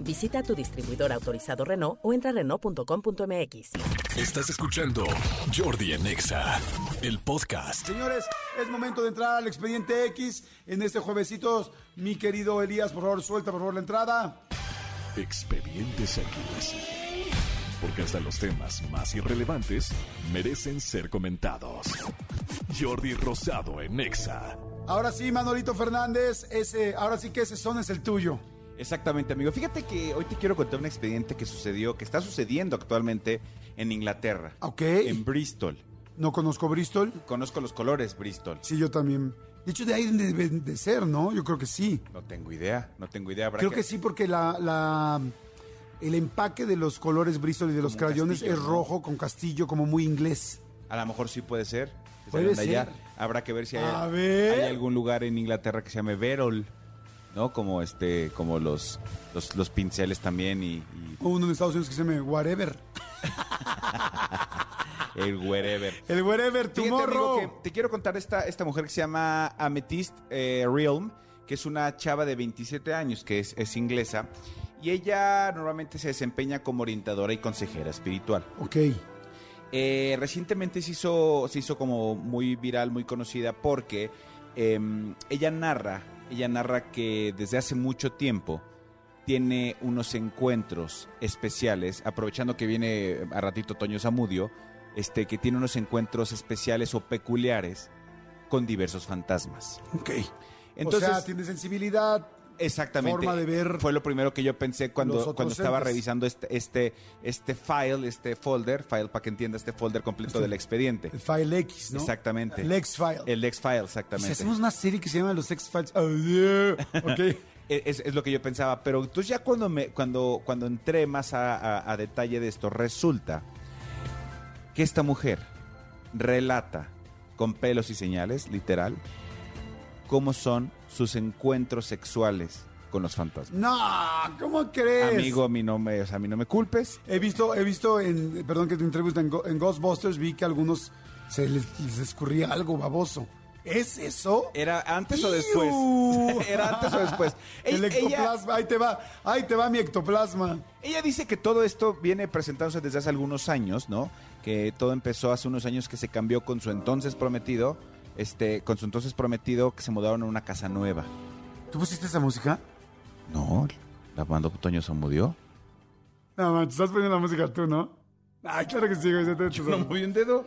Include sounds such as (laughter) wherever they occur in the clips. Visita tu distribuidor autorizado Renault o entra a Renault.com.mx. Estás escuchando Jordi en Exa, el podcast. Señores, es momento de entrar al expediente X en este juevesitos. Mi querido Elías, por favor, suelta por favor la entrada. Expedientes X. Porque hasta los temas más irrelevantes merecen ser comentados. Jordi Rosado en Exa. Ahora sí, Manolito Fernández, ese, ahora sí que ese son es el tuyo. Exactamente, amigo. Fíjate que hoy te quiero contar un expediente que sucedió, que está sucediendo actualmente en Inglaterra. Ok. En Bristol. No conozco Bristol. Conozco los colores, Bristol. Sí, yo también. De hecho, de ahí deben de ser, ¿no? Yo creo que sí. No tengo idea, no tengo idea. habrá Creo que sí, porque la, la- el empaque de los colores Bristol y de los Como un crayones castillo, es ¿no? rojo con castillo, como muy inglés. A lo mejor sí puede ser. que Puede salieron de allá. ser. Habrá que ver si hay, A ver. hay algún lugar en Inglaterra que se llame Verol, ¿no? Como este, como los, los, los pinceles también y, y O uno en Estados Unidos que se llama Whatever. el wherever. El Whatever Fíjate, amigo, Tomorrow. que te quiero contar esta, esta mujer que se llama Amethyst eh, Realm, que es una chava de 27 años, que es, es inglesa, y ella normalmente se desempeña como orientadora y consejera espiritual. Ok. Eh, recientemente se hizo, se hizo como muy viral, muy conocida, porque em, ella narra, ella narra que desde hace mucho tiempo tiene unos encuentros especiales, aprovechando que viene em, a ratito Toño Zamudio, este, que tiene unos encuentros especiales o peculiares con diversos fantasmas. Ok. Entonces, o sea, tiene sensibilidad. Exactamente. forma de ver Fue lo primero que yo pensé los cuando, otros cuando estaba entes. revisando este, este, este file, este folder, file para que entienda este folder completo del expediente. El File X, ¿no? Exactamente. El X File. El ex file, Y si exactamente. Pues hacemos una serie que se llama Los X Files. Oh, (laughs) yeah. Ok. Es, es lo que yo pensaba. Pero entonces ya cuando me, cuando, cuando entré más a, a- a detalle de esto, resulta que esta mujer relata con pelos y señales, literal, cómo son sus encuentros sexuales con los fantasmas. no, ¿cómo crees? Amigo, a mí no me, o sea, a mí no me culpes. He visto, he visto en, perdón que te entrevista, en, Go- en Ghostbusters vi que a algunos se les, les escurría algo baboso. ¿Es eso? ¿Era antes o después? ¡Iu! (laughs) Era antes o después. (laughs) El Ella- ella, ectoplasma, ahí te va, ahí te va mi ectoplasma. ella dice que todo esto viene presentándose desde hace algunos años, ¿no? Que todo empezó hace unos años que se cambió con su entonces prometido, este, con su entonces prometido que se mudaron a una casa nueva. ¿Tú pusiste esa música? No, la mandó Toño Zamudio. No, man, te estás poniendo la música tú, ¿no? Ay, claro que sí, güey. ya te- moví un dedo?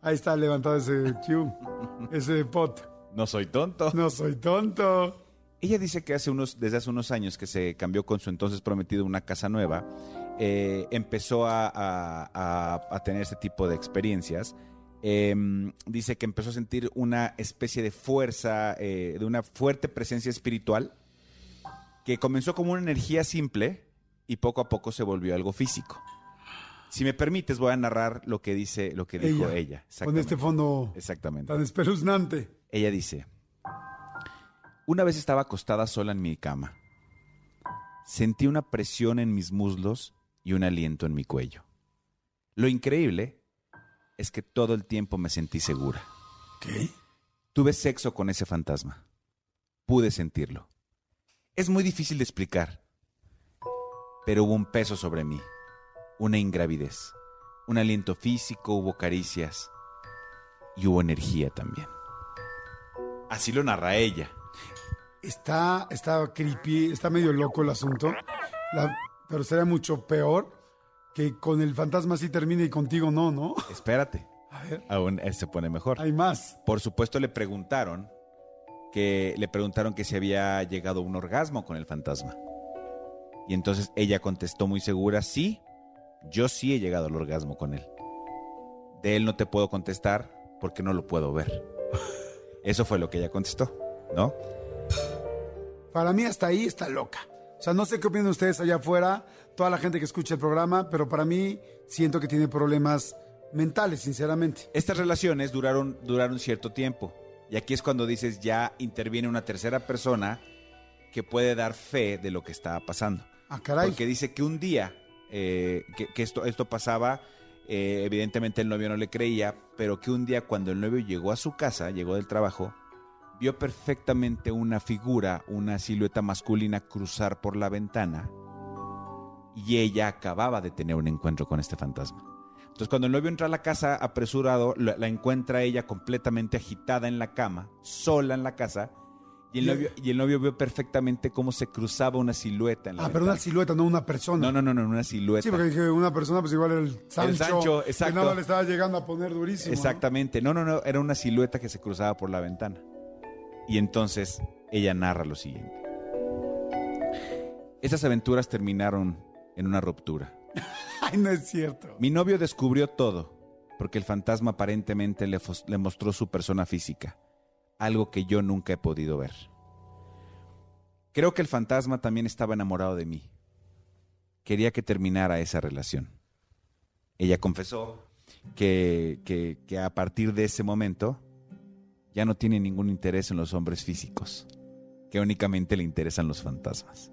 Ahí está levantado ese cue, ese pot. No soy tonto. No soy tonto. Ella dice que hace unos, desde hace unos años que se cambió con su entonces prometido a una casa nueva, eh, empezó a, a- a- a tener este tipo de experiencias. Em, dice que empezó a sentir una especie de fuerza, eh, de una fuerte presencia espiritual, que comenzó como una energía simple y poco a poco se volvió algo físico. Si me permites, voy a narrar lo que dice, lo que dijo Ella, ella. Con este fondo Exactamente. tan espeluznante. Ella dice, una vez estaba acostada sola en mi cama. Sentí una presión en mis muslos y un aliento en mi cuello. Lo increíble es que todo el tiempo me sentí segura. ¿Qué? Tuve sexo con ese fantasma. Pude sentirlo. Es muy difícil de explicar. Pero hubo un peso sobre mí, una ingravidez, un aliento físico, hubo caricias y hubo energía también. Así lo narra ella. Está, está creepy, está medio loco el asunto. La- pero sería mucho peor que con el fantasma sí termine y contigo no, ¿no? Espérate, A ver, aún eh, se pone mejor. hay más. Por supuesto le preguntaron que le preguntaron que si había llegado a un orgasmo con el fantasma. Y entonces ella contestó muy segura, "Sí, yo sí he llegado al orgasmo con él. De él no te puedo contestar porque no lo puedo ver." Eso fue lo que ella contestó, ¿no? Para mí hasta ahí está loca. O sea, no sé qué opinan ustedes allá afuera, toda la gente que escucha el programa, pero para mí siento que tiene problemas mentales, sinceramente. Estas relaciones duraron, duraron cierto tiempo. Y aquí es cuando dices, ya interviene una tercera persona que puede dar fe de lo que está pasando. Ah, caray. Porque dice que un día, eh, que, que esto, esto pasaba, eh, evidentemente el novio no le creía, pero que un día cuando el novio llegó a su casa, llegó del trabajo, vio perfectamente una figura, una silueta masculina cruzar por la ventana y ella acababa de tener un encuentro con este fantasma. Entonces cuando el novio entra a la casa apresurado, la, la encuentra ella completamente agitada en la cama, sola en la casa, y el, Y- novio, y el novio vio perfectamente cómo se cruzaba una silueta en la Ah, pero ventana. una silueta, no una persona. No, no, no, no, una silueta. Sí, porque dije, una persona, pues igual era el Sancho. Sancho, Que exacto. nada le estaba llegando a poner durísimo. ¿no? Exactamente. No, no, no. Era una silueta que se cruzaba por la ventana. Y entonces ella narra lo siguiente. Esas aventuras terminaron en una ruptura. Ay, no es cierto. Mi novio descubrió todo, porque el fantasma aparentemente le, fos- le mostró su persona física, algo que yo nunca he podido ver. Creo que el fantasma también estaba enamorado de mí. Quería que terminara esa relación. Ella confesó que, que- que a partir de ese momento ya no tiene ningún interés en los hombres físicos, que únicamente le interesan los fantasmas.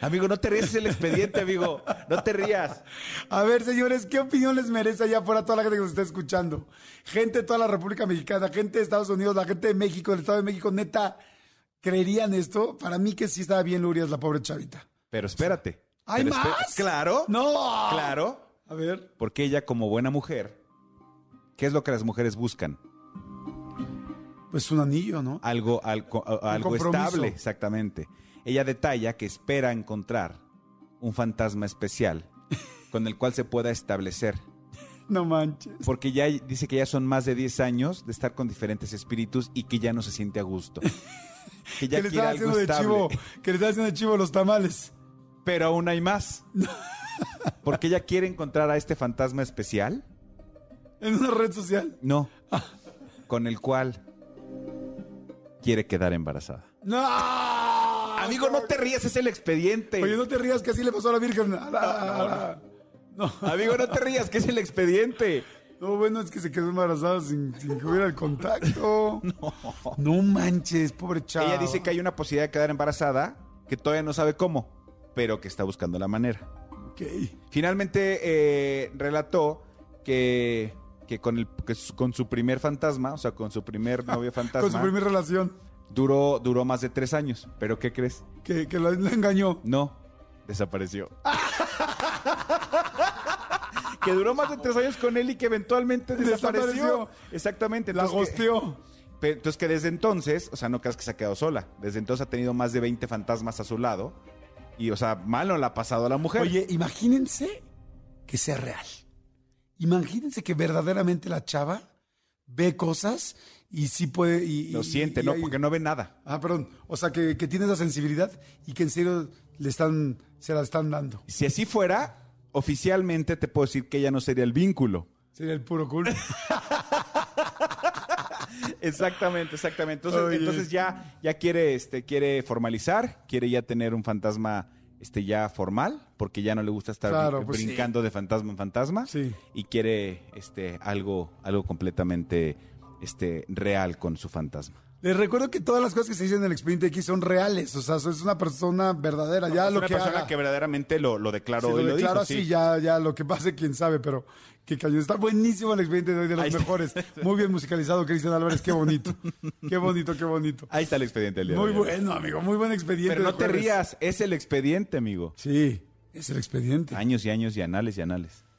amigo, no te rías, es el expediente, amigo. No te rías. A ver, señores, ¿qué opinión les merece allá afuera toda la gente que nos está escuchando? Gente de toda la República Mexicana, gente de Estados Unidos, la gente de México, del Estado de México, neta, ¿creerían esto? Para mí que sí estaba bien Lurias, la pobre chavita. Pero espérate. ¿Hay Pero espe- más? Claro. ¡No! Claro. A ver. Porque ella, como buena mujer, ¿qué es lo que las mujeres buscan? Pues un anillo, ¿no? Algo, algo, algo compromiso. estable, exactamente. Ella detalla que espera encontrar un fantasma especial con el cual se pueda establecer. No manches. Porque ya dice que ya son más de 10 años de estar con diferentes espíritus y que ya no se siente a gusto. Que (laughs) ya que le quiere estaba algo haciendo de estable. chivo, que le estaba haciendo de chivo los tamales. Pero aún (laughs) hay más. Porque ella quiere encontrar a este fantasma especial En una red social. No. Con el cual quiere quedar embarazada. ¡No! Amigo, no te rías, es el expediente. Oye, no te rías que así le pasó a la Virgen. A la- a la- No. Amigo, no te rías, que es el expediente. No, bueno, es que se quedó embarazada sin, sin que hubiera el (laughs) contacto. No. manches, pobre chava. Ella dice que hay una posibilidad de quedar embarazada, que todavía no sabe cómo, pero que está buscando la manera. Ok. Finalmente eh, relató que, que con, el, que su- con su primer fantasma, o sea, con su primer novio (laughs) Con fantasma, su primera relación. duró, duró más de tres años. ¿Pero qué crees? Que, que la, la engañó. No, desapareció. (laughs) que duró más de tres años con él y que eventualmente desapareció. Desapareció. Exactamente. La entonces que- gosteó. pero entonces que desde entonces, o sea, no creas que se ha quedado sola. Desde entonces ha tenido más de 20 fantasmas a su lado. Y, o sea, mal no la ha pasado a la mujer. Oye, imagínense que sea real. Imagínense que verdaderamente la chava ve cosas y sí puede. Y, lo y- siente, y ¿no? hay- Porque no ve nada. Ah, perdón. O sea, que, que tiene esa sensibilidad y que en serio le están, se la están dando. Si así fuera, oficialmente te puedo decir que ella no sería el vínculo. Sería el puro culo. Exactamente, exactamente. Entonces, Oye. entonces ya, ya quiere, este, quiere formalizar, quiere ya tener un fantasma este, ya formal, porque ya no le gusta estar Claro, brin- pues sí. brincando de fantasma en fantasma. Sí. Y quiere este, algo, algo completamente este, real con su fantasma. Les recuerdo que todas las cosas que se dicen en el expediente X son reales, o sea, es una persona verdadera, ya es lo una que persona haga. que verdaderamente lo, lo si declaró y lo lo declaro dijo. así, sí. ya, ya lo que pase, quién sabe, pero que cañón. Está buenísimo el expediente de hoy, de los Ahí está. mejores. Muy bien musicalizado, Cristian Álvarez, qué bonito. qué bonito, qué bonito. Ahí está el expediente del día de Muy hoy. bueno, amigo, muy buen expediente. Pero de no te jueves. rías, es el expediente, amigo. Sí, es el expediente. Años y años y anales y anales.